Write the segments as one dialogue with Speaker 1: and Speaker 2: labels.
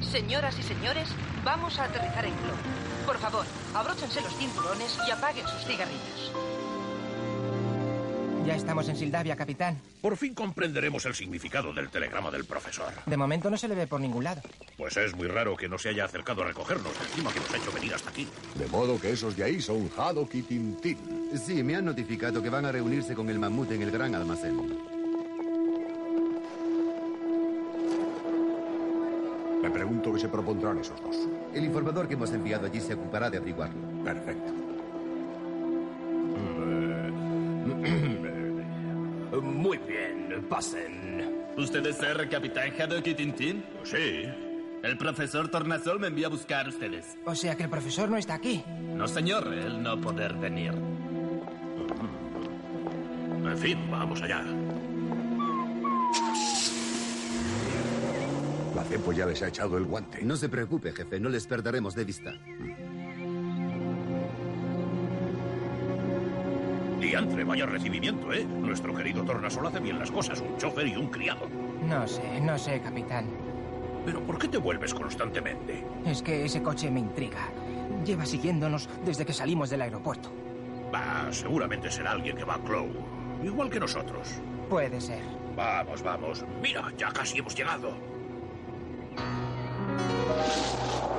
Speaker 1: Señoras y señores, vamos a aterrizar en globo. Por favor, abróchense los cinturones y apaguen sus cigarrillos.
Speaker 2: Ya estamos en Sildavia, capitán.
Speaker 3: Por fin comprenderemos el significado del telegrama del profesor.
Speaker 2: De momento no se le ve por ningún lado.
Speaker 3: Pues es muy raro que no se haya acercado a recogernos, encima que nos ha hecho venir hasta aquí.
Speaker 4: De modo que esos de ahí son Haddock y Tintín.
Speaker 5: Sí, me han notificado que van a reunirse con el mamut en el gran almacén.
Speaker 4: Me pregunto qué se propondrán esos dos.
Speaker 5: El informador que hemos enviado allí se ocupará de averiguarlo.
Speaker 4: Perfecto.
Speaker 6: Muy bien, pasen. ¿Usted es el capitán Haddock y Tintín?
Speaker 3: Sí.
Speaker 6: El profesor Tornasol me envía a buscar a ustedes.
Speaker 2: O sea que el profesor no está aquí.
Speaker 6: No, señor, él no poder venir.
Speaker 3: Mm. En fin, vamos allá.
Speaker 4: La cepo ya les ha echado el guante.
Speaker 5: No se preocupe, jefe, no les perderemos de vista.
Speaker 3: Diantre, vaya recibimiento, ¿eh? Nuestro querido Tornasol hace bien las cosas, un chofer y un criado.
Speaker 2: No sé, no sé, capitán.
Speaker 3: Pero ¿por qué te vuelves constantemente?
Speaker 2: Es que ese coche me intriga. Lleva siguiéndonos desde que salimos del aeropuerto.
Speaker 3: Bah, seguramente será alguien que va a Clow. Igual que nosotros.
Speaker 2: Puede ser.
Speaker 3: Vamos, vamos. Mira, ya casi hemos llegado.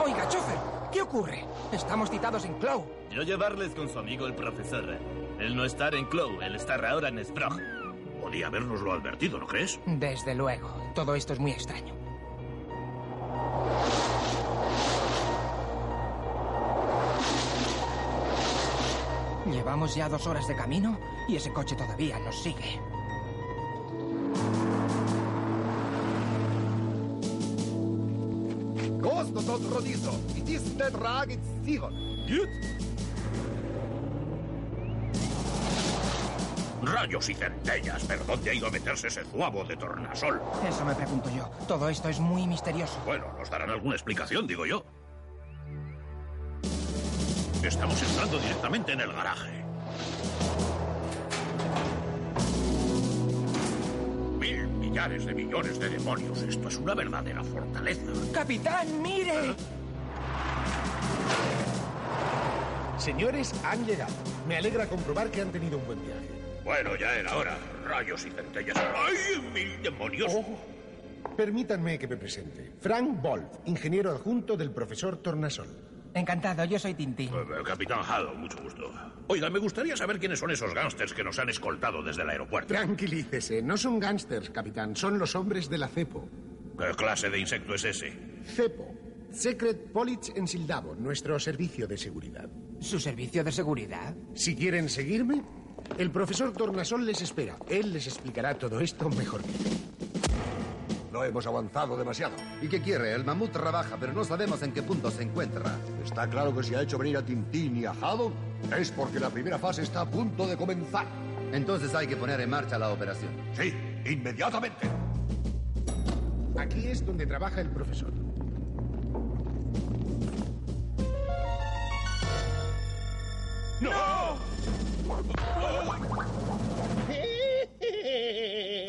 Speaker 2: Oiga, chofer, ¿qué ocurre? Estamos citados en Clow.
Speaker 6: Yo llevarles con su amigo el profesor. Él no estar en Clow, él estar ahora en Sprog.
Speaker 3: Podía habernoslo advertido, ¿no crees?
Speaker 2: Desde luego, todo esto es muy extraño. Llevamos ya dos horas de camino y ese coche todavía nos sigue.
Speaker 7: Gozno tot rodizo, y tiste dragit sigon.
Speaker 3: Rayos y centellas, ¿pero dónde ha ido a meterse ese zuavo de Tornasol?
Speaker 2: Eso me pregunto yo. Todo esto es muy misterioso.
Speaker 3: Bueno, nos darán alguna explicación, digo yo. Estamos entrando directamente en el garaje. Mil millares de millones de demonios. Esto es una verdadera fortaleza.
Speaker 2: ¡Capitán, mire!
Speaker 8: Señores, han llegado. Me alegra comprobar que han tenido un buen viaje.
Speaker 3: Bueno, ya era hora. Rayos y centellas. ¡Ay, mil demonios!
Speaker 8: Permítanme que me presente. Frank Wolf, ingeniero adjunto del profesor Tornasol.
Speaker 2: Encantado, yo soy Tintín.
Speaker 4: Pues
Speaker 3: Eh, eh, Capitán Hado, mucho gusto. Oiga, me gustaría saber quiénes son esos gángsters que nos han escoltado desde el aeropuerto.
Speaker 8: Tranquilícese, no son gángsters, capitán, son los hombres de la CEPO.
Speaker 3: ¿Qué clase de insecto es ese?
Speaker 8: CEPO, Secret Police en Sildavo, nuestro servicio de seguridad.
Speaker 2: ¿Su servicio de seguridad?
Speaker 8: Si quieren seguirme, el profesor Tornasol les espera. Él les explicará todo esto mejor que yo.
Speaker 4: No hemos avanzado demasiado.
Speaker 5: ¿Y qué quiere? El mamut trabaja, pero no sabemos en qué punto se encuentra.
Speaker 4: Está claro que si ha hecho venir a Tintín y a Haddock es porque la primera fase está a punto de comenzar.
Speaker 5: Entonces hay que poner en marcha la operación.
Speaker 4: Sí, inmediatamente.
Speaker 8: Aquí es donde trabaja el profesor.
Speaker 9: ¡Eh,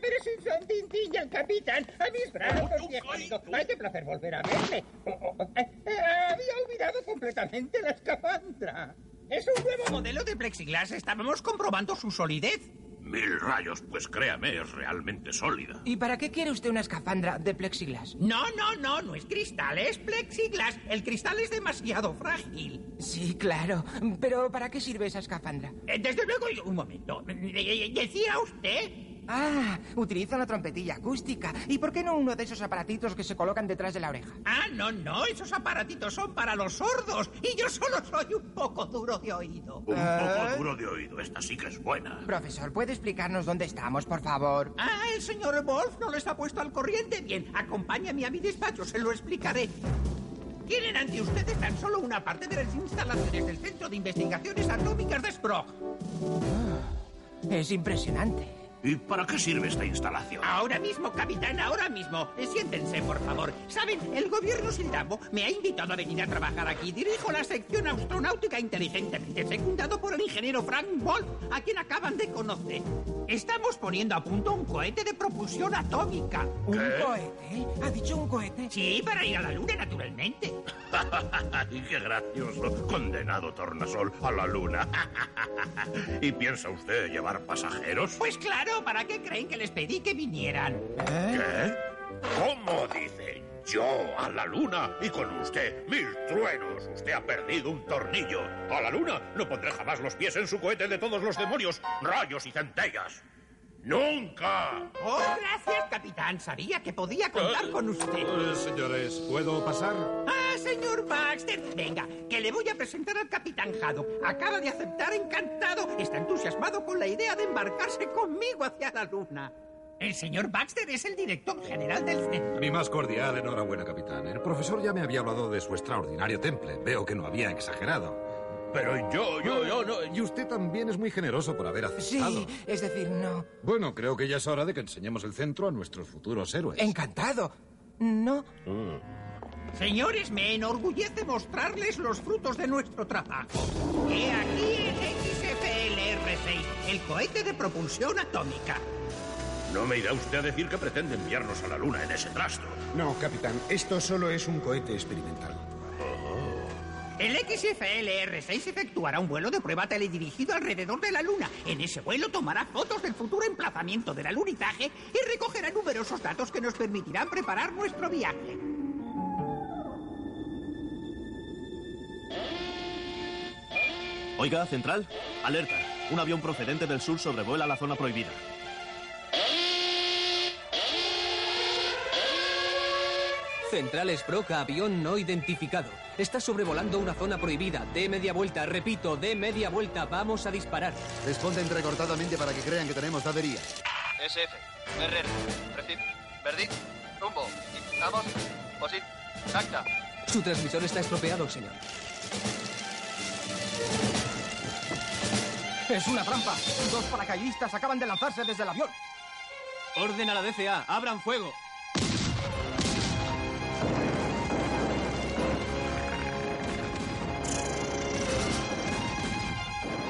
Speaker 9: pero si son Tintín y el capitán! ¡A mis brazos, viejito! ¡Ay, qué placer volver a verle! Oh, oh, eh, eh, había olvidado completamente la escafandra. Es un nuevo modelo de plexiglas. Estábamos comprobando su solidez.
Speaker 3: Mil rayos, pues créame, es realmente sólida.
Speaker 2: ¿Y para qué quiere usted una escafandra de plexiglas?
Speaker 9: No, no, no, no es cristal, es plexiglas. El cristal es demasiado frágil.
Speaker 2: Sí, claro. Pero ¿para qué sirve esa escafandra?
Speaker 9: Eh, Desde luego, y- un momento. Eh, eh, Decía usted.
Speaker 2: Ah, utiliza una trompetilla acústica. ¿Y por qué no uno de esos aparatitos que se colocan detrás de la oreja?
Speaker 9: Ah, no, no, esos aparatitos son para los sordos y yo solo soy un poco duro de oído.
Speaker 3: Un
Speaker 2: ¿Eh?
Speaker 3: poco duro de oído. Esta sí que es buena.
Speaker 2: Profesor, ¿puede explicarnos dónde estamos, por favor?
Speaker 9: Ah, el señor Wolf no lo está puesto al corriente. Bien, acompáñame a mi despacho, se lo explicaré. Tienen ante ustedes tan solo una parte de las instalaciones del Centro de Investigaciones Atómicas de Sprog.
Speaker 2: Es impresionante.
Speaker 3: ¿Y para qué sirve esta instalación?
Speaker 9: Ahora mismo, capitán, ahora mismo. Eh, Siéntense, por favor. Saben, el gobierno sindamo me ha invitado a venir a trabajar aquí. Dirijo la sección astronáutica inteligentemente, secundado por el ingeniero Frank Bolt, a quien acaban de conocer. Estamos poniendo a punto un cohete de propulsión atómica.
Speaker 2: ¿Un cohete? ¿Ha dicho un cohete?
Speaker 9: Sí, para ir a la luna, naturalmente.
Speaker 3: ¡Y qué gracioso! Condenado tornasol a la luna. ¿Y piensa usted llevar pasajeros?
Speaker 9: Pues claro, ¿para qué creen que les pedí que vinieran?
Speaker 3: ¿Qué? ¿Cómo dice? Yo a la luna y con usted mil truenos. Usted ha perdido un tornillo. A la luna no pondré jamás los pies en su cohete de todos los demonios, rayos y centellas. ¡Nunca!
Speaker 9: Oh, gracias, capitán. Sabía que podía
Speaker 10: Ah,
Speaker 9: contar con usted.
Speaker 10: Pues,
Speaker 6: señores, ¿puedo pasar?
Speaker 9: Ah, señor Baxter, venga, que le voy a presentar al capitán Haddock. Acaba de aceptar encantado. Está entusiasmado con la idea de embarcarse conmigo hacia la luna. El señor Baxter es el director general del centro.
Speaker 10: Mi más cordial enhorabuena, capitán. El profesor ya me había hablado de su extraordinario temple. Veo que no había exagerado.
Speaker 3: Pero yo, yo, yo no.
Speaker 10: Y usted también es muy generoso por haber aceptado.
Speaker 2: Sí, es decir, no.
Speaker 10: Bueno, creo que ya es hora de que enseñemos el centro a nuestros futuros héroes. Mm.
Speaker 2: Encantado. No.
Speaker 9: Señores, me enorgullece mostrarles los frutos de nuestro trabajo. He aquí el XFLR-6, el cohete de propulsión atómica.
Speaker 3: No me irá usted a decir que pretende enviarnos a la luna en ese trasto.
Speaker 8: No, capitán, esto solo es un cohete experimental.
Speaker 9: El XFLR-6 efectuará un vuelo de prueba teledirigido alrededor de la Luna. En ese vuelo tomará fotos del futuro emplazamiento del alunizaje y recogerá numerosos datos que nos permitirán preparar nuestro viaje.
Speaker 6: Oiga, central, alerta. Un avión procedente del sur sobrevuela la zona prohibida.
Speaker 11: Centrales Broca, avión no identificado. Está sobrevolando una zona prohibida. De media vuelta, repito, de media vuelta. Vamos a disparar.
Speaker 5: Responde entrecortadamente para que crean que tenemos daderías.
Speaker 12: SF, Herrera, Recib, Verdi, Rumbo, Vamos, Posit, Acta.
Speaker 11: Su transmisor está estropeado, señor.
Speaker 2: Es una trampa. Dos paracaidistas acaban de lanzarse desde el avión.
Speaker 11: Orden a la DCA. Abran fuego.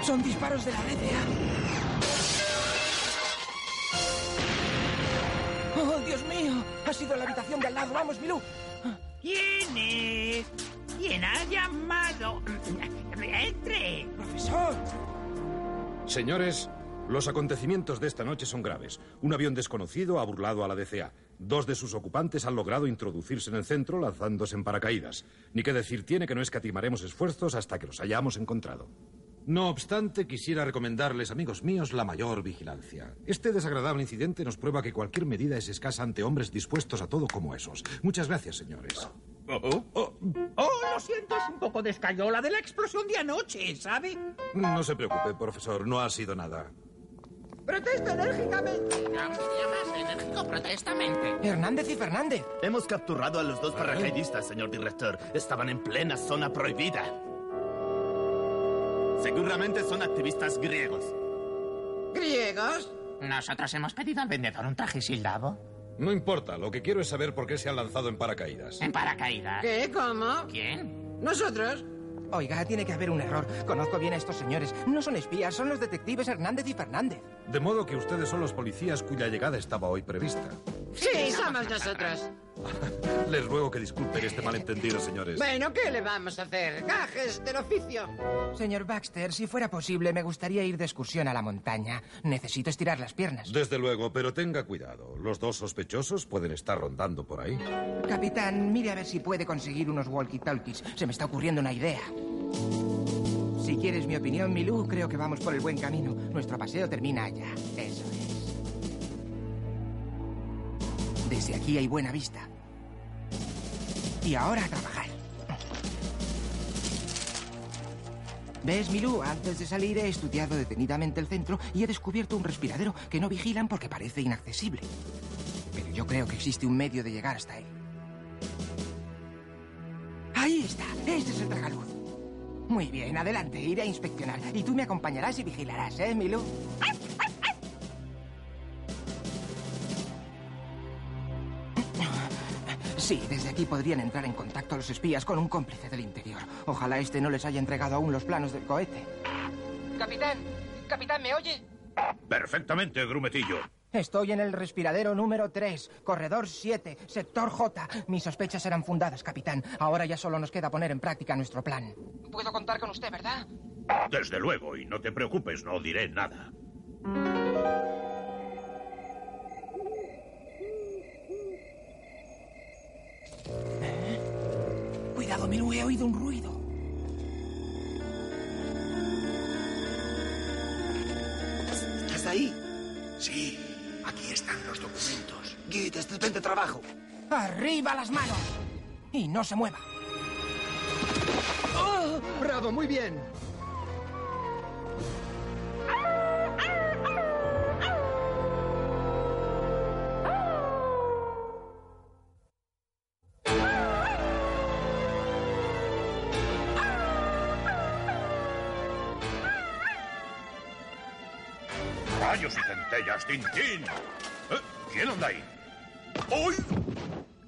Speaker 2: Son disparos de la DCA. ¡Oh, Dios mío! Ha sido la habitación de al lado. ¡Vamos, Milú!
Speaker 9: ¿Quién es? ¿Quién ha llamado? ¡Entre!
Speaker 2: ¡Profesor!
Speaker 10: Señores, los acontecimientos de esta noche son graves. Un avión desconocido ha burlado a la DCA. Dos de sus ocupantes han logrado introducirse en el centro lanzándose en paracaídas. Ni qué decir tiene que no escatimaremos esfuerzos hasta que los hayamos encontrado. No obstante, quisiera recomendarles, amigos míos, la mayor vigilancia. Este desagradable incidente nos prueba que cualquier medida es escasa ante hombres dispuestos a todo como esos. Muchas gracias, señores.
Speaker 3: Oh, oh.
Speaker 9: Oh, lo siento, es un poco de escayola de la explosión de anoche, ¿sabe?
Speaker 10: No se preocupe, profesor, no ha sido nada.
Speaker 9: ¡Protesto enérgicamente!
Speaker 13: más enérgico protestamente.
Speaker 2: Hernández y Fernández.
Speaker 6: Hemos capturado a los dos paracaidistas, señor director. Estaban en plena zona prohibida. Seguramente son activistas griegos.
Speaker 9: ¿Griegos?
Speaker 13: Nosotros hemos pedido al vendedor un traje sildavo.
Speaker 10: No importa, lo que quiero es saber por qué se han lanzado en paracaídas.
Speaker 13: En paracaídas.
Speaker 9: ¿Qué? ¿Cómo?
Speaker 13: ¿Quién?
Speaker 9: ¿Nosotros?
Speaker 2: Oiga, tiene que haber un error. Conozco bien a estos señores. No son espías, son los detectives Hernández y Fernández.
Speaker 10: De modo que ustedes son los policías cuya llegada estaba hoy prevista.
Speaker 14: Sí, somos nosotros.
Speaker 10: Les ruego que disculpen este malentendido, señores.
Speaker 14: Bueno, ¿qué le vamos a hacer? Gajes del oficio.
Speaker 2: Señor Baxter, si fuera posible, me gustaría ir de excursión a la montaña. Necesito estirar las piernas.
Speaker 10: Desde luego, pero tenga cuidado. Los dos sospechosos pueden estar rondando por ahí.
Speaker 2: Capitán, mire a ver si puede conseguir unos walkie-talkies. Se me está ocurriendo una idea. Si quieres mi opinión, Milú, creo que vamos por el buen camino. Nuestro paseo termina allá. Eso es. Desde aquí hay buena vista. Y ahora a trabajar. ¿Ves, Milú? Antes de salir he estudiado detenidamente el centro y he descubierto un respiradero que no vigilan porque parece inaccesible. Pero yo creo que existe un medio de llegar hasta él. Ahí está. Este es el tragaluz. Muy bien, adelante. Iré a inspeccionar. Y tú me acompañarás y vigilarás, ¿eh, Milú? Sí, desde aquí podrían entrar en contacto los espías con un cómplice del interior. Ojalá este no les haya entregado aún los planos del cohete.
Speaker 1: Capitán, capitán, ¿me oye?
Speaker 3: Perfectamente, grumetillo.
Speaker 2: Estoy en el respiradero número 3, corredor 7, sector J. Mis sospechas eran fundadas, capitán. Ahora ya solo nos queda poner en práctica nuestro plan.
Speaker 1: Puedo contar con usted, ¿verdad?
Speaker 3: Desde luego, y no te preocupes, no diré nada.
Speaker 2: Cuidado, Milú, he oído un ruido.
Speaker 15: ¿Estás ahí? Sí, aquí están los documentos. Git, estupendo trabajo.
Speaker 2: ¡Arriba las manos! Y no se mueva.
Speaker 9: ¡Oh!
Speaker 15: Bravo, muy bien.
Speaker 3: ¡Rayos y centellas, Tintín! ¿Eh? ¿Quién anda ahí? ¡Uy!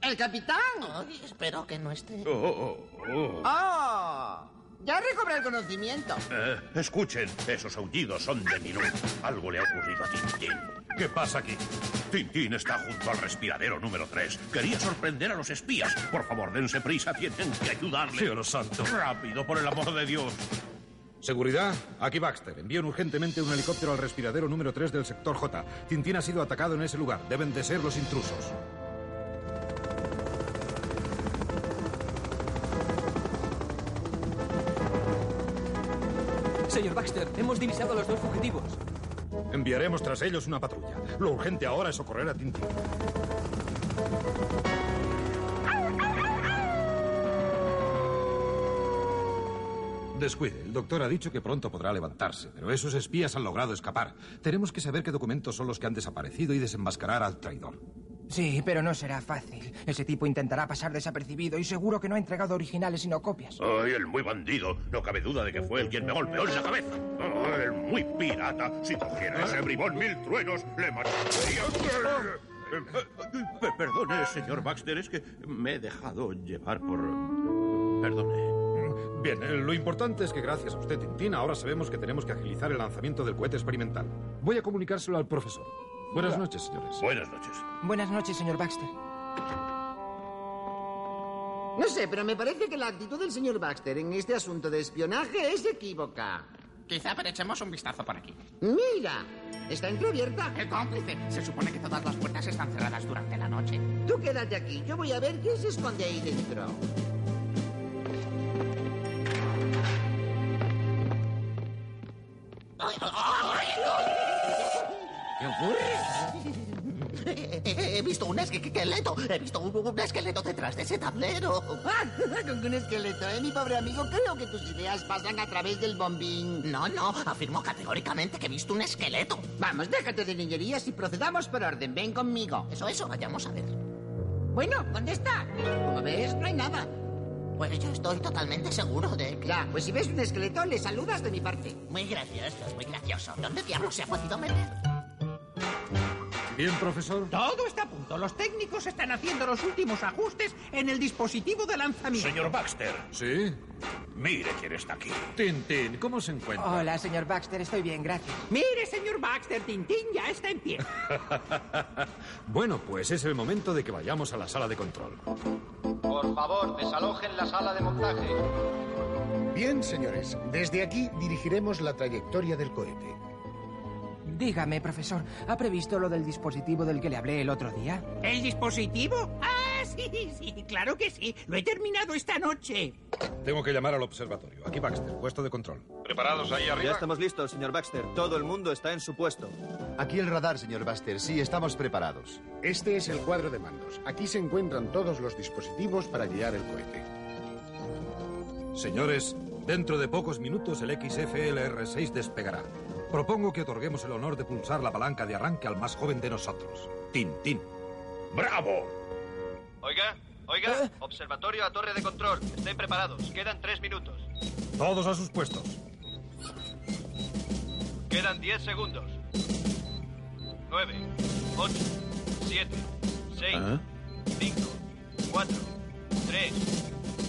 Speaker 16: El capitán. Ay, espero que no esté.
Speaker 3: Oh, oh, oh.
Speaker 16: ¡Oh!
Speaker 14: Ah,
Speaker 16: Ya recobré el conocimiento.
Speaker 3: Eh, escuchen, esos aullidos son de Milú. Algo le ha ocurrido a Tintín. ¿Qué pasa aquí? Tintín está junto al respiradero número 3. Quería sorprender a los espías. Por favor, dense prisa, tienen que ayudarle.
Speaker 10: Dios santo.
Speaker 3: Rápido, por el amor de Dios.
Speaker 10: Seguridad, aquí Baxter. Envíen urgentemente un helicóptero al respiradero número 3 del sector J. Tintín ha sido atacado en ese lugar. Deben de ser los intrusos.
Speaker 11: Señor Baxter, hemos divisado a los dos fugitivos.
Speaker 10: Enviaremos tras ellos una patrulla. Lo urgente ahora es socorrer a Tintín. Descuide, el doctor ha dicho que pronto podrá levantarse, pero esos espías han logrado escapar. Tenemos que saber qué documentos son los que han desaparecido y desenmascarar al traidor.
Speaker 2: Sí, pero no será fácil. Ese tipo intentará pasar desapercibido y seguro que no ha entregado originales sino copias.
Speaker 3: ¡Ay, el muy bandido! No cabe duda de que fue el quien me golpeó en la cabeza. ¡Ay, el muy pirata! Si cogiera ese bribón mil truenos, le mataría. Eh, eh, eh, Perdone, señor Baxter, es que me he dejado llevar por... Perdone.
Speaker 10: Bien, eh, lo importante es que gracias a usted, Tintín, ahora sabemos que tenemos que agilizar el lanzamiento del cohete experimental. Voy a comunicárselo al profesor. Buenas
Speaker 2: Hola.
Speaker 10: noches, señores.
Speaker 3: Buenas noches.
Speaker 2: Buenas noches, señor Baxter.
Speaker 14: No sé, pero me parece que la actitud del señor Baxter en este asunto de espionaje es equívoca.
Speaker 13: Quizá pero echemos un vistazo por aquí.
Speaker 14: Mira, está entreabierta.
Speaker 13: El cómplice. Se supone que todas las puertas están cerradas durante la noche.
Speaker 14: Tú quédate aquí, yo voy a ver qué se esconde ahí dentro.
Speaker 16: ¿Qué ocurre? He visto un esqueleto. He visto un, un esqueleto detrás de ese tablero.
Speaker 14: Ah, Con un esqueleto, ¿eh, mi pobre amigo? Creo que tus ideas pasan a través del bombín.
Speaker 16: No, no, afirmo categóricamente que he visto un esqueleto.
Speaker 14: Vamos, déjate de niñerías y procedamos por orden. Ven conmigo.
Speaker 16: Eso, eso, vayamos a ver.
Speaker 14: Bueno, ¿dónde está? Como ves, no hay nada.
Speaker 16: Pues yo estoy totalmente seguro de que...
Speaker 14: Ya, pues si ves un esqueleto, le saludas de mi parte.
Speaker 16: Muy gracioso, muy gracioso. ¿Dónde diablos se ha podido meter?
Speaker 10: Bien, profesor.
Speaker 9: Todo está a punto. Los técnicos están haciendo los últimos ajustes en el dispositivo de lanzamiento.
Speaker 3: Señor Baxter,
Speaker 10: Sí.
Speaker 3: mire quién está aquí.
Speaker 10: Tintín, ¿cómo se encuentra?
Speaker 2: Hola, señor Baxter, estoy bien, gracias.
Speaker 9: Mire, señor Baxter, Tintín ya está en pie.
Speaker 10: Bueno, pues es el momento de que vayamos a la sala de control.
Speaker 12: Por favor, desalojen la sala de montaje.
Speaker 8: Bien, señores, desde aquí dirigiremos la trayectoria del cohete.
Speaker 2: Dígame, profesor, ¿ha previsto lo del dispositivo del que le hablé el otro día?
Speaker 9: ¿El dispositivo? Ah, sí, sí, claro que sí. Lo he terminado esta noche.
Speaker 10: Tengo que llamar al observatorio. Aquí Baxter, puesto de control.
Speaker 12: ¿Preparados ahí
Speaker 13: Ya
Speaker 12: arriba?
Speaker 13: estamos listos, señor Baxter. Todo el mundo está en su puesto.
Speaker 5: Aquí el radar, señor Baxter. Sí, estamos preparados.
Speaker 8: Este es el cuadro de mandos. Aquí se encuentran todos los dispositivos para guiar el cohete.
Speaker 10: Señores, dentro de pocos minutos el XFLR-6 despegará. Propongo que otorguemos el honor de pulsar la palanca de arranque al más joven de nosotros, Tintín.
Speaker 3: ¡Bravo!
Speaker 12: Oiga, oiga,
Speaker 13: ¿Eh?
Speaker 12: observatorio a torre de control. Estén preparados. Quedan tres minutos.
Speaker 10: Todos a sus puestos.
Speaker 12: Quedan 10 segundos.
Speaker 13: ¿Ah?
Speaker 12: 9, 8, 7, 6, 5, 4, 4, 3,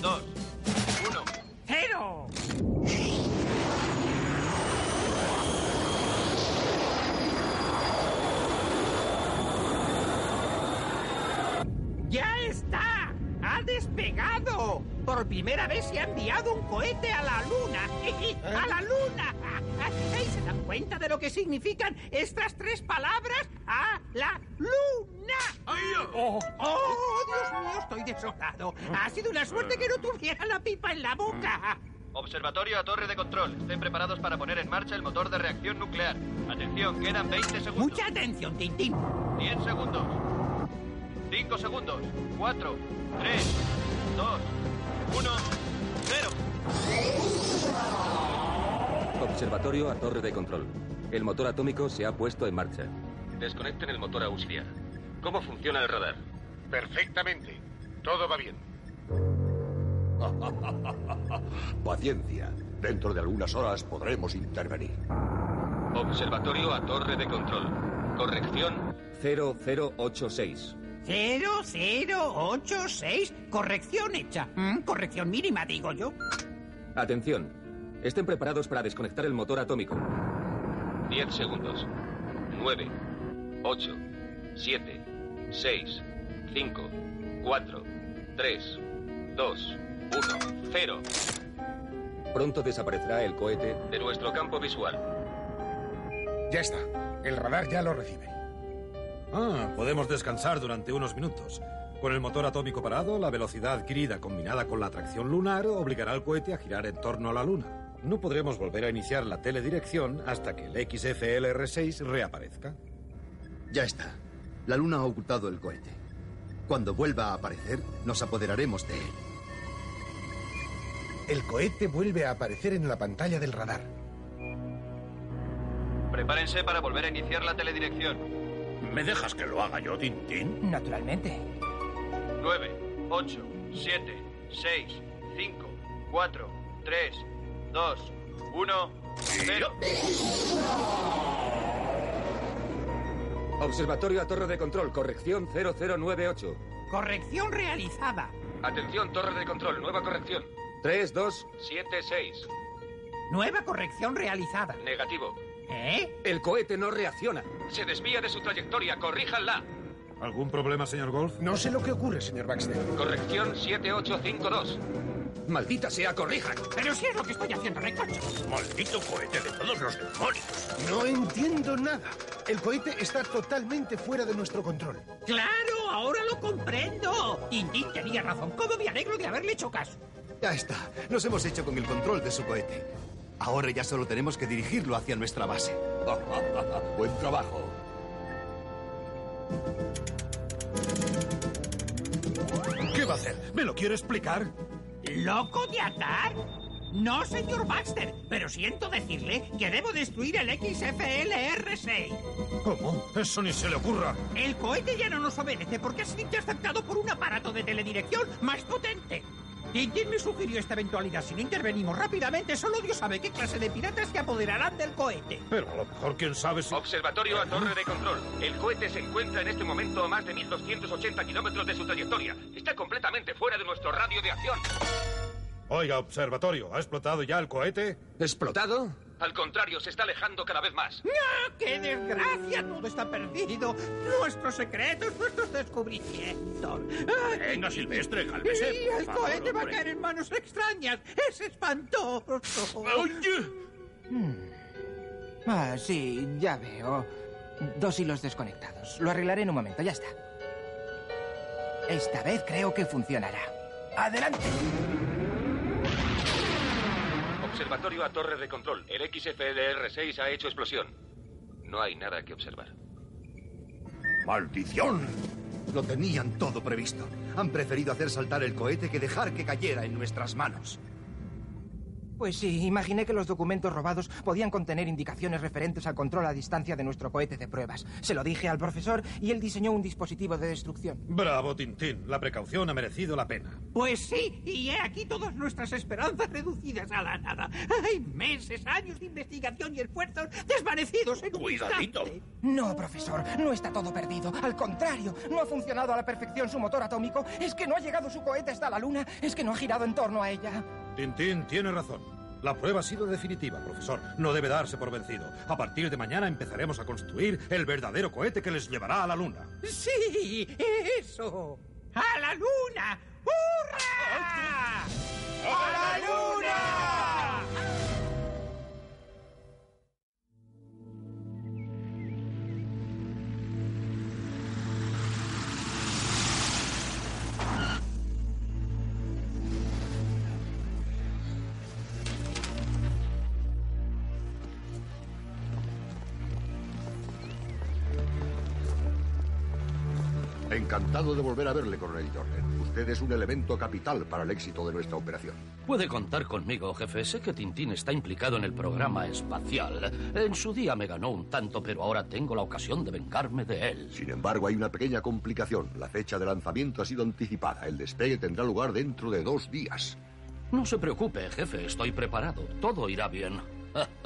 Speaker 12: 2, 1.
Speaker 9: ¡Cero! ¡Ya está! ¡Ha despegado! Por primera vez se ha enviado un cohete a la luna. ¡A la luna! ¿Y se dan cuenta de lo que significan estas tres palabras? ¡A la luna! ¡Oh, Dios mío, estoy desolado! Ha sido una suerte que no tuviera la pipa en la boca.
Speaker 12: Observatorio a torre de control. Estén preparados para poner en marcha el motor de reacción nuclear. Atención, quedan 20 segundos.
Speaker 9: Mucha atención, Tintín.
Speaker 12: 10 segundos. 5 segundos. 4, 3, 2, 1, 0.
Speaker 17: Observatorio a torre de control. El motor atómico se ha puesto en marcha. Desconecten el motor auxiliar. ¿Cómo funciona el radar?
Speaker 18: Perfectamente. Todo va bien.
Speaker 4: Paciencia. Dentro de algunas horas podremos intervenir.
Speaker 17: Observatorio a torre de control. Corrección 0086.
Speaker 9: 0086. Corrección hecha. Mm, corrección mínima, digo yo.
Speaker 17: Atención. Estén preparados para desconectar el motor atómico. 10 segundos. 9, 8, 7, 6, 5, 4, 3, 2, 1, 0. Pronto desaparecerá el cohete de nuestro campo visual.
Speaker 8: Ya está. El radar ya lo recibe.
Speaker 10: Ah, podemos descansar durante unos minutos. Con el motor atómico parado, la velocidad adquirida combinada con la tracción lunar obligará al cohete a girar en torno a la Luna. No podremos volver a iniciar la teledirección hasta que el XFLR6 reaparezca.
Speaker 5: Ya está. La luna ha ocultado el cohete. Cuando vuelva a aparecer, nos apoderaremos de él.
Speaker 8: El cohete vuelve a aparecer en la pantalla del radar.
Speaker 12: Prepárense para volver a iniciar la teledirección.
Speaker 3: ¿Me dejas que lo haga yo, Tintín?
Speaker 2: Naturalmente.
Speaker 12: 9, 8, 7, 6, 5, 4, 3, 2, 1, 0.
Speaker 17: Observatorio a torre de control, corrección 0098.
Speaker 9: Corrección realizada.
Speaker 17: Atención, torre de control, nueva corrección. 3276.
Speaker 9: Nueva corrección realizada.
Speaker 17: Negativo.
Speaker 9: ¿Eh?
Speaker 17: El cohete no reacciona. Se desvía de su trayectoria, corríjanla.
Speaker 10: ¿Algún problema, señor Golf?
Speaker 8: No sé lo que ocurre, señor Baxter.
Speaker 17: Corrección 7852. Maldita sea, corrijan.
Speaker 9: Pero si es lo que estoy haciendo, reconcha.
Speaker 3: Maldito cohete de todos los demonios.
Speaker 8: No entiendo nada. El cohete está totalmente fuera de nuestro control.
Speaker 9: ¡Claro! ¡Ahora lo comprendo! Tintín tenía razón. ¿Cómo me alegro de haberle hecho caso?
Speaker 5: Ya está. Nos hemos hecho con el control de su cohete. Ahora ya solo tenemos que dirigirlo hacia nuestra base.
Speaker 4: Buen trabajo.
Speaker 10: ¿Qué va a hacer? ¿Me lo quiere explicar?
Speaker 9: ¿Loco de atar? No, señor Baxter, pero siento decirle que debo destruir el XFLR-6.
Speaker 10: ¿Cómo? Eso ni se le ocurra.
Speaker 9: El cohete ya no nos obedece porque ha sido interceptado por un aparato de teledirección más potente. Tintín me sugirió esta eventualidad. Si no intervenimos rápidamente, solo Dios sabe qué clase de piratas se apoderarán del cohete.
Speaker 10: Pero a lo mejor quién sabe si...
Speaker 17: Observatorio a torre de control. El cohete se encuentra en este momento a más de 1280 kilómetros de su trayectoria. Está completamente fuera de nuestro radio de acción.
Speaker 10: Oiga, observatorio, ¿ha explotado ya el cohete?
Speaker 17: ¿Explotado? Al contrario, se está alejando cada vez más.
Speaker 9: ¡No! ¡Ah, ¡Qué desgracia! Todo está perdido. Nuestros secretos, nuestros descubrimientos. ¡Ah!
Speaker 3: Venga, Silvestre, cálmese.
Speaker 9: Y
Speaker 3: por
Speaker 9: el
Speaker 3: favor,
Speaker 9: cohete va a
Speaker 3: hombre.
Speaker 9: caer en manos extrañas. Es espantoso.
Speaker 2: Hmm. Ah, sí, ya veo. Dos hilos desconectados. Lo arreglaré en un momento, ya está. Esta vez creo que funcionará. ¡Adelante!
Speaker 17: Observatorio a torre de control. El XFLR6 ha hecho explosión. No hay nada que observar.
Speaker 5: ¡Maldición! Lo tenían todo previsto. Han preferido hacer saltar el cohete que dejar que cayera en nuestras manos.
Speaker 2: Pues sí, imaginé que los documentos robados podían contener indicaciones referentes al control a distancia de nuestro cohete de pruebas. Se lo dije al profesor y él diseñó un dispositivo de destrucción.
Speaker 10: Bravo, Tintín. La precaución ha merecido la pena.
Speaker 9: Pues sí, y he aquí todas nuestras esperanzas reducidas a la nada. Hay meses, años de investigación y esfuerzos desvanecidos en un
Speaker 2: Cuidadito. No, profesor, no está todo perdido. Al contrario, no ha funcionado a la perfección su motor atómico. Es que no ha llegado su cohete hasta la Luna. Es que no ha girado en torno a ella.
Speaker 10: Tintín tiene razón. La prueba ha sido definitiva, profesor. No debe darse por vencido. A partir de mañana empezaremos a construir el verdadero cohete que les llevará a la luna.
Speaker 9: Sí, eso. ¡A la luna! ¡Hurra!
Speaker 15: ¡A la luna!
Speaker 4: Encantado de volver a verle, coronel Jordan. Usted es un elemento capital para el éxito de nuestra operación.
Speaker 19: Puede contar conmigo, jefe. Sé que Tintín está implicado en el programa espacial. En su día me ganó un tanto, pero ahora tengo la ocasión de vengarme de él.
Speaker 4: Sin embargo, hay una pequeña complicación. La fecha de lanzamiento ha sido anticipada. El despegue tendrá lugar dentro de dos días.
Speaker 19: No se preocupe, jefe. Estoy preparado. Todo irá bien.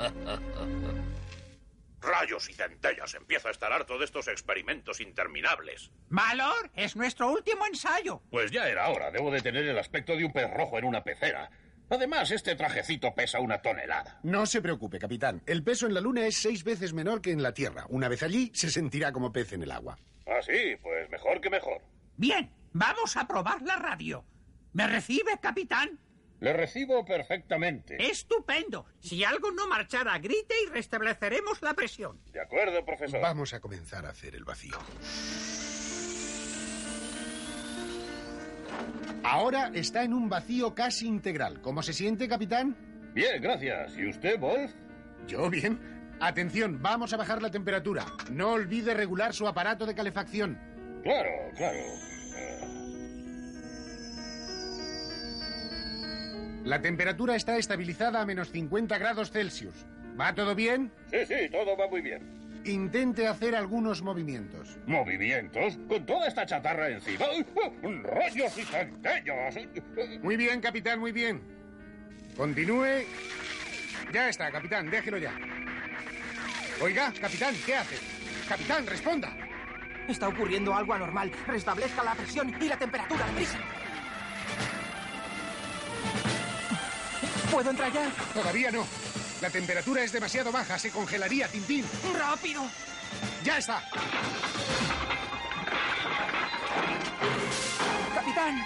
Speaker 3: Rayos y centellas. Empieza a estar harto de estos experimentos interminables.
Speaker 9: Valor es nuestro último ensayo.
Speaker 3: Pues ya era hora. Debo de tener el aspecto de un pez rojo en una pecera. Además, este trajecito pesa una tonelada.
Speaker 8: No se preocupe, capitán. El peso en la Luna es seis veces menor que en la Tierra. Una vez allí, se sentirá como pez en el agua.
Speaker 3: Ah, sí, pues mejor que mejor.
Speaker 9: Bien, vamos a probar la radio. ¿Me recibe, capitán?
Speaker 3: Le recibo perfectamente.
Speaker 9: Estupendo. Si algo no marchara, grite y restableceremos la presión.
Speaker 3: De acuerdo, profesor.
Speaker 8: Vamos a comenzar a hacer el vacío. Ahora está en un vacío casi integral. ¿Cómo se siente, capitán?
Speaker 3: Bien, gracias. ¿Y usted, Wolf?
Speaker 8: Yo bien. Atención, vamos a bajar la temperatura. No olvide regular su aparato de calefacción.
Speaker 3: Claro, claro.
Speaker 8: La temperatura está estabilizada a menos 50 grados Celsius. ¿Va todo bien?
Speaker 3: Sí, sí, todo va muy bien.
Speaker 8: Intente hacer algunos movimientos.
Speaker 3: ¿Movimientos? Con toda esta chatarra encima. oh! ¡Rayos y centellas!
Speaker 8: Muy bien, capitán, muy bien. Continúe. Ya está, capitán, déjelo ya. Oiga, capitán, ¿qué hace? Capitán, responda.
Speaker 2: Está ocurriendo algo anormal. Restablezca la presión y la temperatura, prisa. ¿Puedo entrar ya?
Speaker 8: Todavía no. La temperatura es demasiado baja, se congelaría, Tintín.
Speaker 2: ¡Rápido!
Speaker 8: ¡Ya está!
Speaker 2: Capitán,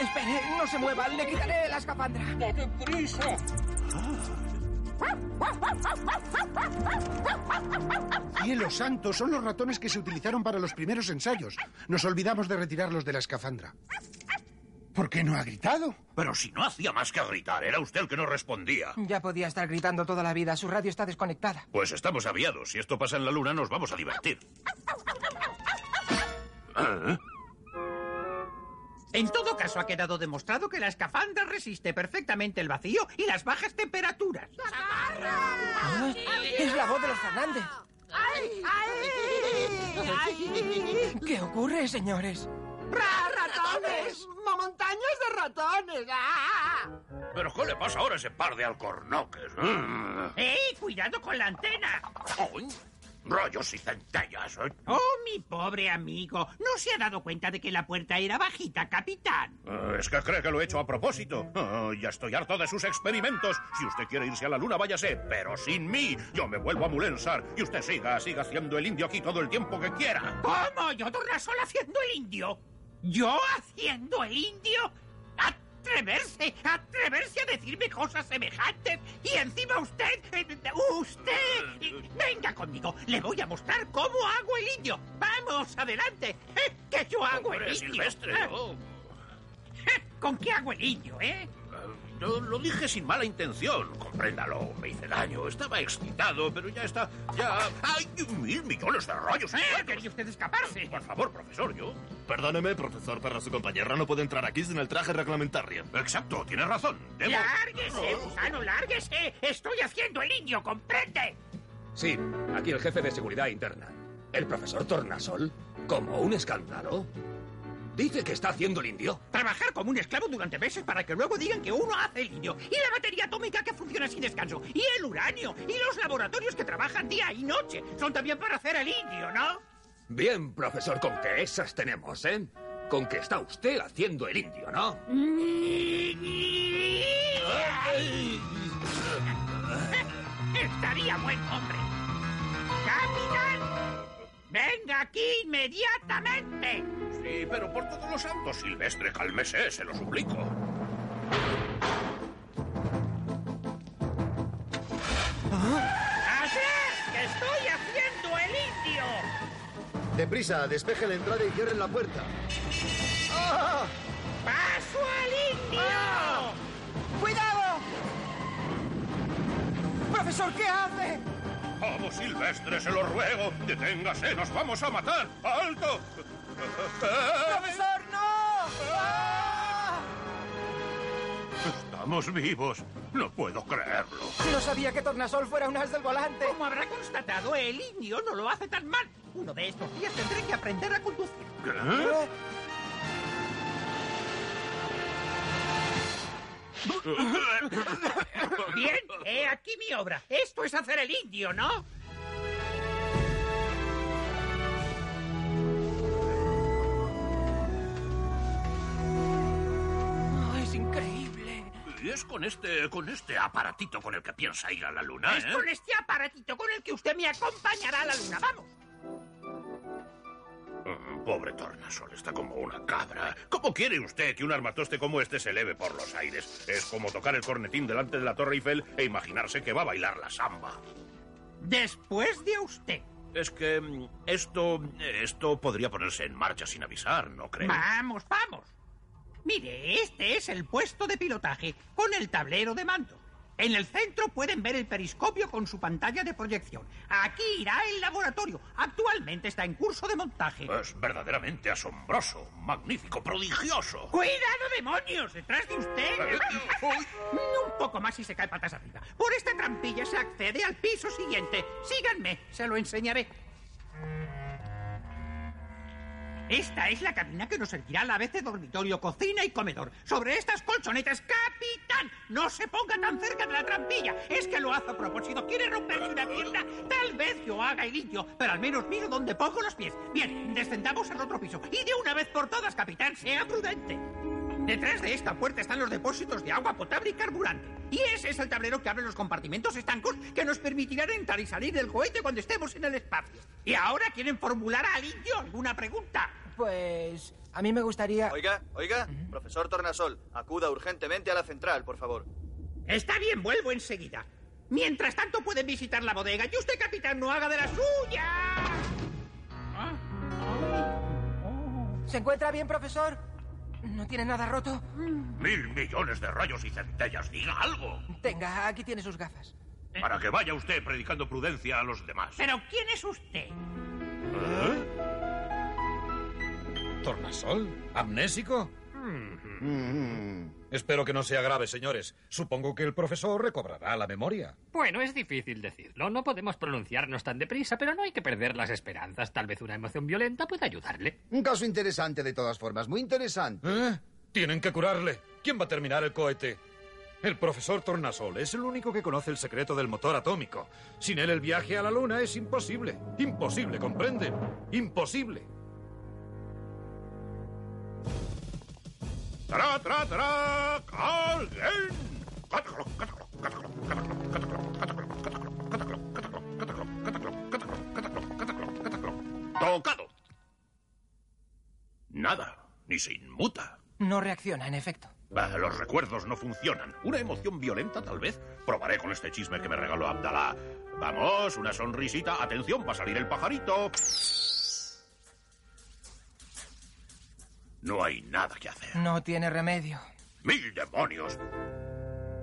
Speaker 2: espere, no se mueva, le quitaré la escafandra. ¡Date prisa!
Speaker 8: Cielo santo, son los ratones que se utilizaron para los primeros ensayos. Nos olvidamos de retirarlos de la escafandra. ¿Por qué no ha gritado?
Speaker 3: Pero si no hacía más que gritar, era usted el que no respondía.
Speaker 2: Ya podía estar gritando toda la vida, su radio está desconectada.
Speaker 3: Pues estamos aviados. Si esto pasa en la luna, nos vamos a divertir. Ah,
Speaker 9: En todo caso, ha quedado demostrado que la escafandra resiste perfectamente el vacío y las bajas temperaturas.
Speaker 2: Ah, es la voz de los Fernández. ¿Qué ocurre, señores?
Speaker 15: ¡Ratones! ¡Montañas de ratones! ¡Ah!
Speaker 3: ¿Pero qué le pasa ahora a ese par de alcornoques? Mm.
Speaker 9: ¡Ey! ¡Cuidado con la antena!
Speaker 3: ¡Ay! Rayos y centellas. ¿eh?
Speaker 9: Oh, mi pobre amigo. ¿No se ha dado cuenta de que la puerta era bajita, capitán?
Speaker 3: Ah, Es que cree que lo he hecho a propósito. Ah, ya estoy harto de sus experimentos. Si usted quiere irse a la luna, váyase, pero sin mí. Yo me vuelvo a Mulensar y usted siga, siga haciendo el indio aquí todo el tiempo que quiera.
Speaker 9: ¿Cómo? ¿Yo sola haciendo el indio? ¿Yo haciendo el indio? ¡Atreverse! ¡Atreverse a decirme cosas semejantes! Y encima usted... eh, ¡Usted! Eh, Venga conmigo, le voy a mostrar cómo hago el indio. ¡Vamos, adelante! Eh, ¡Que yo hago Ah.
Speaker 3: Hombre,
Speaker 9: el indio!
Speaker 3: Silvestre,
Speaker 9: Ah,
Speaker 3: oh.
Speaker 9: ¿Con qué hago el indio, eh?
Speaker 3: No lo dije sin mala intención, compréndalo. Me hice daño, estaba excitado, pero ya está. Ya. ¡Ay, mil millones de rayos!
Speaker 9: ¡Eh! ¿Quería usted escaparse?
Speaker 3: Por favor, profesor, yo.
Speaker 6: Perdóneme, profesor, pero su compañera no puede entrar aquí sin el traje reglamentario.
Speaker 3: Exacto, tiene razón.
Speaker 9: ¡Lárguese, gusano, lárguese! ¡Estoy haciendo el indio, comprende!
Speaker 17: Sí, aquí el jefe de seguridad interna. ¿El profesor Tornasol? ¿Como un escándalo? ¿Dice que está haciendo el indio?
Speaker 9: Trabajar como un esclavo durante meses para que luego digan que uno hace el indio. Y la batería atómica que funciona sin descanso. Y el uranio. Y los laboratorios que trabajan día y noche. Son también para hacer el indio, ¿no?
Speaker 17: Bien, profesor, con que esas tenemos, ¿eh? Con que está usted haciendo el indio, ¿no?
Speaker 9: Mm. Estaría buen hombre. ¡Capitán! ¡Venga aquí inmediatamente!
Speaker 3: Sí, pero por todos los santos, Silvestre, cálmese, se lo suplico.
Speaker 9: ¡Así es! ¡Que estoy haciendo el indio!
Speaker 5: Deprisa, despeje la entrada y cierren la puerta.
Speaker 9: ¡Oh! ¡Paso al indio!
Speaker 20: ¡Ah! ¡Cuidado! ¡Profesor, qué hace!
Speaker 3: Vamos, Silvestre, se lo ruego. Deténgase, nos vamos a matar. ¡Alto!
Speaker 9: ¿Eh?
Speaker 20: ¡Profesor, no! ¡Ah!
Speaker 3: Estamos vivos. No puedo creerlo.
Speaker 20: No sabía que Tornasol fuera un as del volante.
Speaker 9: Como habrá constatado, el indio no lo hace tan mal. Uno de estos días tendré que aprender a conducir.
Speaker 3: ¿Qué?
Speaker 9: Bien, he aquí mi obra. Esto es hacer el indio, ¿no?
Speaker 20: es increíble.
Speaker 3: Y es con este, con este aparatito con el que piensa ir a la luna,
Speaker 9: Es
Speaker 3: ¿eh?
Speaker 9: con este aparatito con el que usted me acompañará a la luna. ¡Vamos!
Speaker 3: Mm, Pobre Tornasol, está como una cabra. ¿Cómo quiere usted que un armatoste como este se eleve por los aires? Es como tocar el cornetín delante de la Torre Eiffel e imaginarse que va a bailar la samba.
Speaker 9: Después de usted.
Speaker 3: Es que mm, esto, esto podría ponerse en marcha sin avisar, ¿no cree?
Speaker 9: Vamos, vamos. Mire, este es el puesto de pilotaje con el tablero de mando. En el centro pueden ver el periscopio con su pantalla de proyección. Aquí irá el laboratorio. Actualmente está en curso de montaje.
Speaker 3: Es verdaderamente asombroso, magnífico, prodigioso.
Speaker 9: ¡Cuidado, demonios! ¡Detrás de usted!
Speaker 3: Eh,
Speaker 9: Un poco más y se cae patas arriba. Por esta trampilla se accede al piso siguiente. Síganme, se lo enseñaré. Esta es la cabina que nos servirá a la vez de dormitorio, cocina y comedor. Sobre estas colchonetas, capitán, no se ponga tan cerca de la trampilla. Es que lo hace a propósito. Quiere romperse una pierna. Tal vez yo haga el indio, pero al menos miro dónde pongo los pies. Bien, descendamos al otro piso. Y de una vez por todas, capitán, sea prudente. Detrás de esta puerta están los depósitos de agua potable y carburante. Y ese es el tablero que abre los compartimentos estancos que nos permitirán entrar y salir del cohete cuando estemos en el espacio. ¿Y ahora quieren formular al indio alguna pregunta?
Speaker 2: Pues a mí me gustaría...
Speaker 12: Oiga, oiga, profesor Tornasol, acuda urgentemente a la central, por favor.
Speaker 9: Está bien, vuelvo enseguida. Mientras tanto pueden visitar la bodega y usted, capitán, no haga de la suya.
Speaker 20: ¿Se encuentra bien, profesor? ¿No tiene nada roto?
Speaker 3: Mil millones de rayos y centellas, diga algo.
Speaker 2: Tenga, aquí tiene sus gafas.
Speaker 3: Para que vaya usted predicando prudencia a los demás.
Speaker 9: Pero ¿quién es usted?
Speaker 10: ¿Tornasol? ¿Amnésico?
Speaker 21: Mm-hmm.
Speaker 10: Espero que no sea grave, señores. Supongo que el profesor recobrará la memoria.
Speaker 21: Bueno, es difícil decirlo, no podemos pronunciarnos tan deprisa, pero no hay que perder las esperanzas. Tal vez una emoción violenta pueda ayudarle.
Speaker 5: Un caso interesante de todas formas, muy interesante.
Speaker 10: Tienen que curarle. ¿Quién va a terminar el cohete? El profesor Tornasol es el único que conoce el secreto del motor atómico. Sin él el viaje a la Luna es imposible. Imposible, ¿comprenden? Imposible.
Speaker 3: ¡Tra, tra, tra! ¡Alguien! ¡Catacroc, catacroc, catacroc, catacroc, catacroc, catacroc, catacroc, catacroc, catacroc, catacroc, catacroc, catacroc, catacroc, catacroc! ¡Tocado! Nada, ni se inmuta.
Speaker 2: No reacciona, en efecto.
Speaker 3: Bah, los recuerdos no funcionan. ¿Una emoción violenta, tal vez? Probaré con este chisme que me regaló Abdalá. Vamos, una sonrisita. Atención, va a salir el pajarito. No hay nada que hacer.
Speaker 2: No tiene remedio.
Speaker 3: ¡Mil demonios!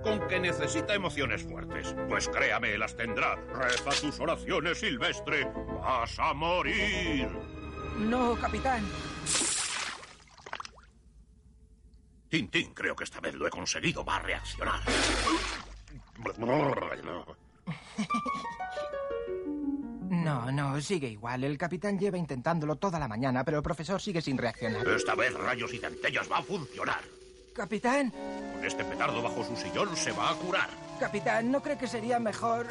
Speaker 3: con que necesita emociones fuertes. Pues créame, las tendrá. Reza tus oraciones, Silvestre. Vas a morir.
Speaker 2: No, capitán.
Speaker 3: Tintín, creo que esta vez lo he conseguido. Va a reaccionar.
Speaker 2: No, no, sigue igual. El capitán lleva intentándolo toda la mañana, pero el profesor sigue sin reaccionar.
Speaker 3: Esta vez rayos y centellas va a funcionar.
Speaker 2: Capitán,
Speaker 3: Con este petardo bajo su sillón se va a curar.
Speaker 2: capitán, ¿no cree que sería mejor?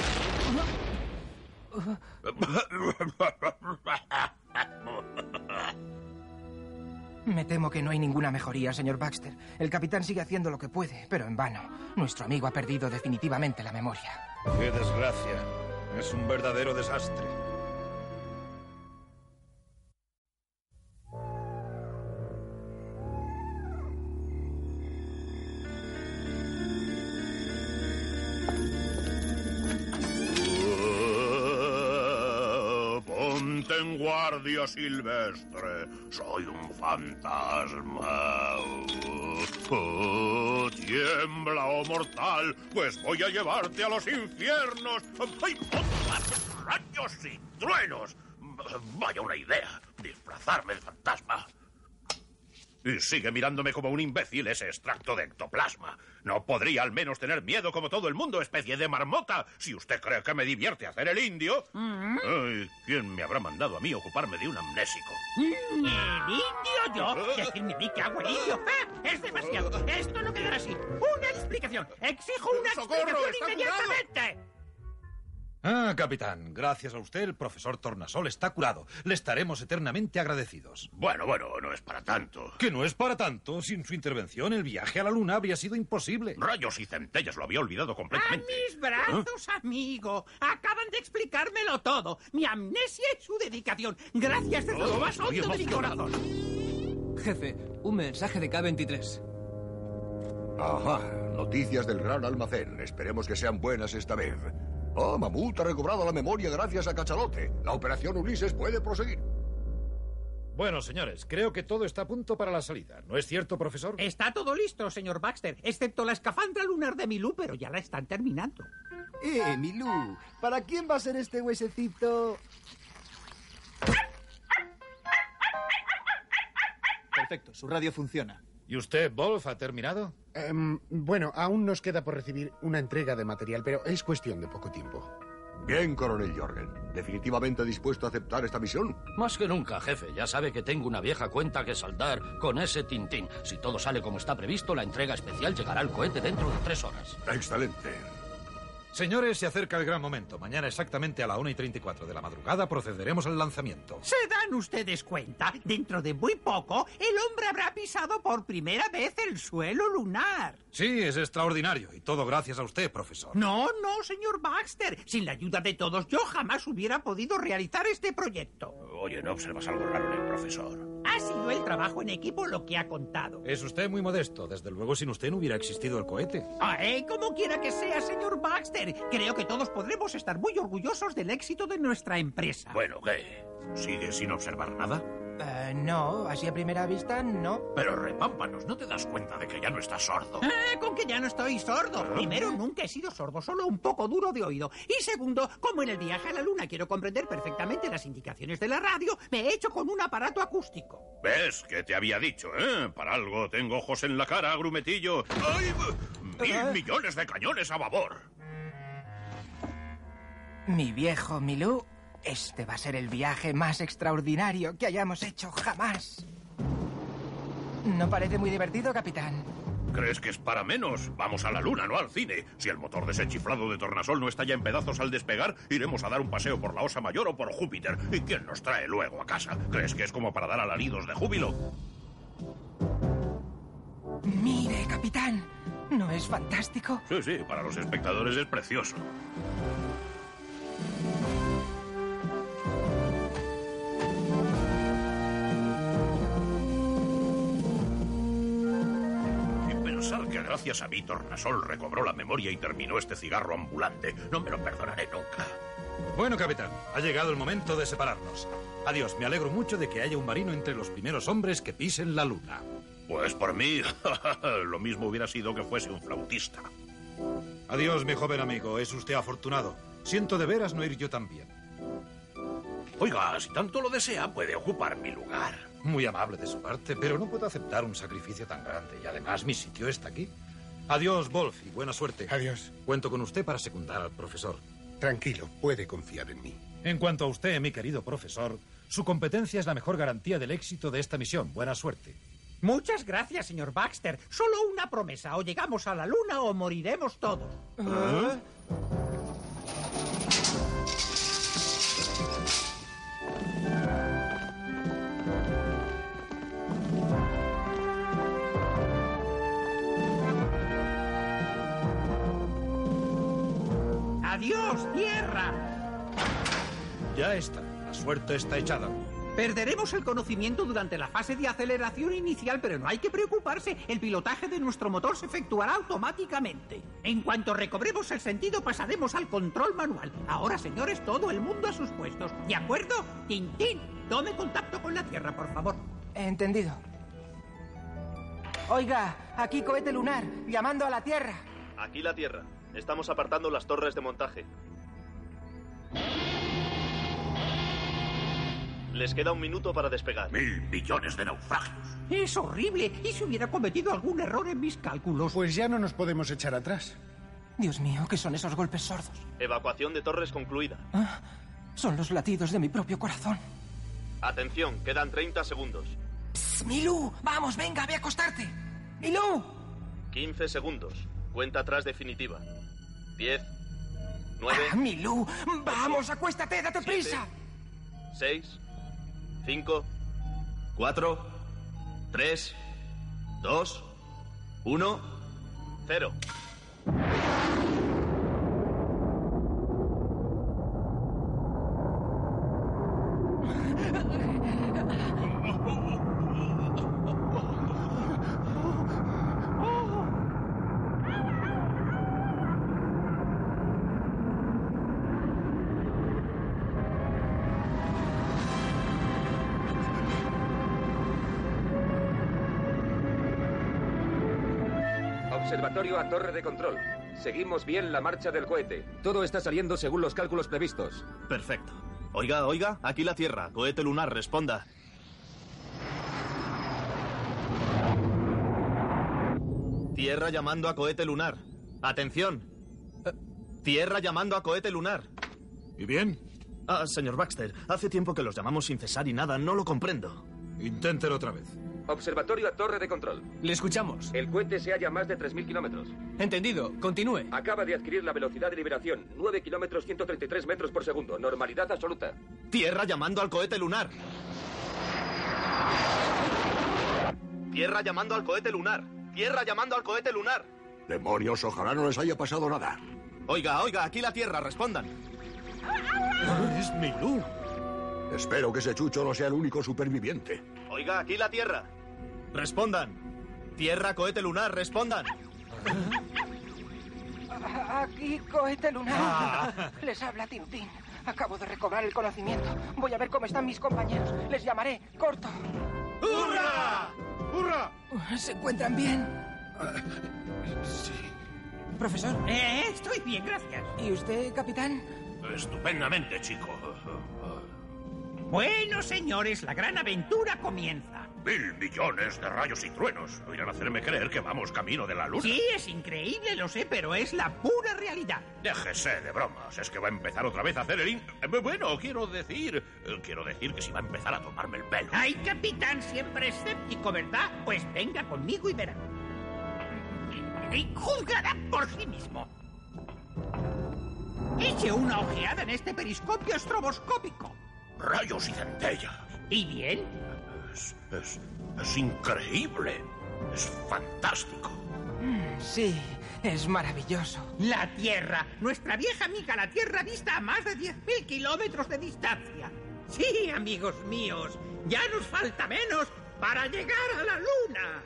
Speaker 2: Me temo que no hay ninguna mejoría, señor Baxter. El capitán sigue haciendo lo que puede, pero en vano. Nuestro amigo ha perdido definitivamente la memoria.
Speaker 10: ¡Qué desgracia! Es un verdadero desastre.
Speaker 3: Ponte en guardia, Silvestre. Soy un fantasma. Oh, tiembla, oh mortal, pues voy a llevarte a los infiernos. ¡Ay, oh, rayos y truenos! Vaya una idea, disfrazarme de fantasma. Y sigue mirándome como un imbécil ese extracto de ectoplasma. No podría al menos tener miedo como todo el mundo, especie de marmota, si usted cree que me divierte hacer el indio.
Speaker 9: Mm.
Speaker 3: Ay, ¿quién me habrá mandado a mí ocuparme de un amnésico?
Speaker 9: Mm, ¡El indio yo! ¡Decirme a mí que hago el indio! ¡Ah! ¡Es demasiado! ¡Esto no quedará así! ¡Una explicación! ¡Exijo una
Speaker 18: ¡Socorro!
Speaker 9: explicación
Speaker 18: ¡Está curado!
Speaker 9: inmediatamente!
Speaker 10: Ah, capitán, gracias a usted el profesor Tornasol está curado. Le estaremos eternamente agradecidos.
Speaker 3: Bueno, bueno, no es para tanto.
Speaker 10: Que no es para tanto. Sin su intervención, el viaje a la luna habría sido imposible. Ah,
Speaker 3: Rayos y centellas, lo había olvidado
Speaker 9: ¡A
Speaker 3: completamente.
Speaker 9: mis brazos, amigo! Acaban de explicármelo todo. Mi amnesia y su dedicación. Gracias desde lo más hondo de mi corazón.
Speaker 11: Jefe, un mensaje de K23.
Speaker 4: Ajá, noticias del gran almacén. Esperemos que sean buenas esta vez. Ah, Mamut ha recobrado la memoria gracias a Cachalote. La operación Ulises puede proseguir.
Speaker 10: Bueno, señores, creo que todo está a punto para la salida. ¿No es cierto, profesor?
Speaker 9: Está todo listo, señor Baxter, excepto la escafandra lunar de Milú, pero ya la están terminando.
Speaker 7: Eh, Milú, ¿para quién va a ser este huesecito?
Speaker 6: Perfecto, su radio funciona. ¿Y usted, Wolf, ha terminado?
Speaker 8: Em, bueno, aún nos queda por recibir una entrega de material, pero es cuestión de poco tiempo.
Speaker 4: Bien, coronel Jorgen. ¿Definitivamente dispuesto a aceptar esta misión?
Speaker 19: Más que nunca, jefe. Ya sabe que tengo una vieja cuenta que saldar con ese tintín. Si todo sale como está previsto, la entrega especial llegará al cohete dentro de tres horas.
Speaker 4: Excelente.
Speaker 10: Señores, se acerca el gran momento. Mañana exactamente a la 1 y 34 de la madrugada procederemos al lanzamiento.
Speaker 9: ¿Se dan ustedes cuenta? Dentro de muy poco, el hombre habrá pisado por primera vez el suelo lunar.
Speaker 10: Sí, es extraordinario. Y todo gracias a usted, profesor.
Speaker 9: No, no, señor Baxter. Sin la ayuda de todos, yo jamás hubiera podido realizar este proyecto.
Speaker 3: Oye, ¿no observas algo raro en el profesor?
Speaker 9: Ha sido el trabajo en equipo lo que ha contado.
Speaker 10: Es usted muy modesto. Desde luego, sin usted no hubiera existido el cohete.
Speaker 9: Ay, como quiera que sea, señor Baxter, creo que todos podremos estar muy orgullosos del éxito de nuestra empresa.
Speaker 3: Bueno, ¿qué? ¿Sigue sin observar nada?
Speaker 2: Eh, no, así a primera vista, no.
Speaker 3: Pero repámpanos, ¿no te das cuenta de que ya no estás sordo?
Speaker 9: Ah, con que ya no estoy sordo. Primero, nunca he sido sordo, solo un poco duro de oído. Y segundo, como en el viaje a la luna quiero comprender perfectamente las indicaciones de la radio, me he hecho con un aparato acústico.
Speaker 3: ¿Ves? Que te había dicho, ¿eh? Para algo tengo ojos en la cara, grumetillo. ¡Ay! b- ¡Mil millones de cañones a babor!
Speaker 2: Mi viejo Milú, este va a ser el viaje más extraordinario que hayamos hecho jamás. ¿No parece muy divertido, capitán?
Speaker 3: ¿Crees que es para menos? Vamos a la luna, no al cine. Si el motor de ese chiflado de tornasol no está ya en pedazos al despegar, iremos a dar un paseo por la Osa Mayor o por Júpiter. ¿Y quién nos trae luego a casa? ¿Crees que es como para dar alaridos de júbilo?
Speaker 2: Mire, capitán, ¿no es fantástico?
Speaker 3: Sí, sí, para los espectadores es precioso. Y pensar que gracias a mí Tornasol recobró la memoria y terminó este cigarro ambulante. No me lo perdonaré nunca.
Speaker 10: Bueno, capitán, ha llegado el momento de separarnos. Adiós, me alegro mucho de que haya un marino entre los primeros hombres que pisen la luna.
Speaker 3: Pues por mí, lo mismo hubiera sido que fuese un flautista.
Speaker 10: Adiós, mi joven amigo. Es usted afortunado. Siento de veras no ir yo también.
Speaker 3: Oiga, si tanto lo desea, puede ocupar mi lugar.
Speaker 10: Muy amable de su parte, pero no puedo aceptar un sacrificio tan grande. Y además, mi sitio está aquí. Adiós, Wolf, y buena suerte.
Speaker 8: Adiós.
Speaker 10: Cuento con usted para secundar al profesor.
Speaker 8: Tranquilo, puede confiar en mí.
Speaker 10: En cuanto a usted, mi querido profesor, su competencia es la mejor garantía del éxito de esta misión. Buena suerte.
Speaker 9: Muchas gracias, señor Baxter. Solo una promesa. O llegamos a la luna o moriremos todos. Adiós, tierra.
Speaker 10: Ya está. La suerte está echada.
Speaker 9: Perderemos el conocimiento durante la fase de aceleración inicial, pero no hay que preocuparse. El pilotaje de nuestro motor se efectuará automáticamente. En cuanto recobremos el sentido, pasaremos al control manual. Ahora, señores, todo el mundo a sus puestos. ¿De acuerdo? Tintín, tome contacto con la Tierra, por favor.
Speaker 2: Entendido. Oiga, aquí cohete lunar, llamando a la Tierra.
Speaker 6: Aquí la Tierra. Estamos apartando las torres de montaje. Les queda un minuto para despegar.
Speaker 3: Mil millones de naufragios.
Speaker 9: Es horrible. ¿Y si hubiera cometido algún error en mis cálculos?
Speaker 8: Pues ya no nos podemos echar atrás.
Speaker 2: Dios mío, ¿qué son esos golpes sordos?
Speaker 6: Evacuación de torres concluida.
Speaker 2: Ah, son los latidos de mi propio corazón.
Speaker 6: Atención, quedan 30 segundos.
Speaker 2: Psst, Milú, vamos, venga, ve a acostarte. Milú.
Speaker 6: 15 segundos. Cuenta atrás definitiva. 10, 9,
Speaker 2: Ah, Milú, vamos, acuéstate, date
Speaker 6: Siete.
Speaker 2: prisa.
Speaker 6: 6, 5, 4, 3, 2, 1, 0.
Speaker 17: Observatorio a torre de control. Seguimos bien la marcha del cohete. Todo está saliendo según los cálculos previstos.
Speaker 6: Perfecto. Oiga, oiga, aquí la Tierra. Cohete lunar, responda. Tierra llamando a cohete lunar. Atención. Tierra llamando a cohete lunar.
Speaker 22: ¿Y bien?
Speaker 6: Ah, señor Baxter, hace tiempo que los llamamos sin cesar y nada, no lo comprendo.
Speaker 10: Inténtelo otra vez.
Speaker 17: Observatorio a torre de control.
Speaker 23: Le escuchamos.
Speaker 17: El cohete se halla a más de 3.000 kilómetros.
Speaker 23: Entendido. Continúe.
Speaker 17: Acaba de adquirir la velocidad de liberación. 9 kilómetros 133 metros por segundo. Normalidad absoluta.
Speaker 6: Tierra llamando al cohete lunar. Tierra llamando al cohete lunar. Tierra llamando al cohete lunar.
Speaker 4: Demonios, ojalá no les haya pasado nada.
Speaker 6: Oiga, oiga, aquí la Tierra, respondan.
Speaker 4: Es Milú. Espero que ese chucho no sea el único superviviente.
Speaker 6: Oiga, aquí la Tierra. Respondan. Tierra, cohete lunar, respondan.
Speaker 2: Aquí cohete
Speaker 6: Ah.
Speaker 2: lunar. Les habla Tintín. Acabo de recobrar el conocimiento. Voy a ver cómo están mis compañeros. Les llamaré. Corto.
Speaker 3: ¡Hurra! ¡Hurra!
Speaker 2: ¿Se encuentran bien?
Speaker 3: Sí.
Speaker 2: Profesor.
Speaker 9: Ah, Eh, estoy bien, gracias.
Speaker 2: ¿Y usted, capitán?
Speaker 3: Estupendamente, chico.
Speaker 9: Bueno, señores, la gran aventura comienza.
Speaker 3: Mil millones de rayos y truenos. No irán a hacerme creer que vamos camino de la luna.
Speaker 9: Sí, es increíble, lo sé, pero es la pura realidad.
Speaker 3: Déjese de bromas. Es que va a empezar otra vez a hacer el... in- Eh, Bueno, quiero decir... eh, Quiero decir que si va a empezar a tomarme el pelo.
Speaker 9: Ay, capitán, siempre escéptico, ¿verdad? Pues venga conmigo y verá. Y- Y juzgará por sí mismo. Eche una ojeada en este periscopio estroboscópico.
Speaker 3: Rayos y centellas.
Speaker 9: ¿Y bien?
Speaker 3: Es, es, es increíble. Es fantástico.
Speaker 2: Mm, sí, es maravilloso.
Speaker 9: La Tierra, nuestra vieja amiga, la Tierra vista a más de 10.000 kilómetros de distancia. Sí, amigos míos, ya nos falta menos para llegar a la Luna.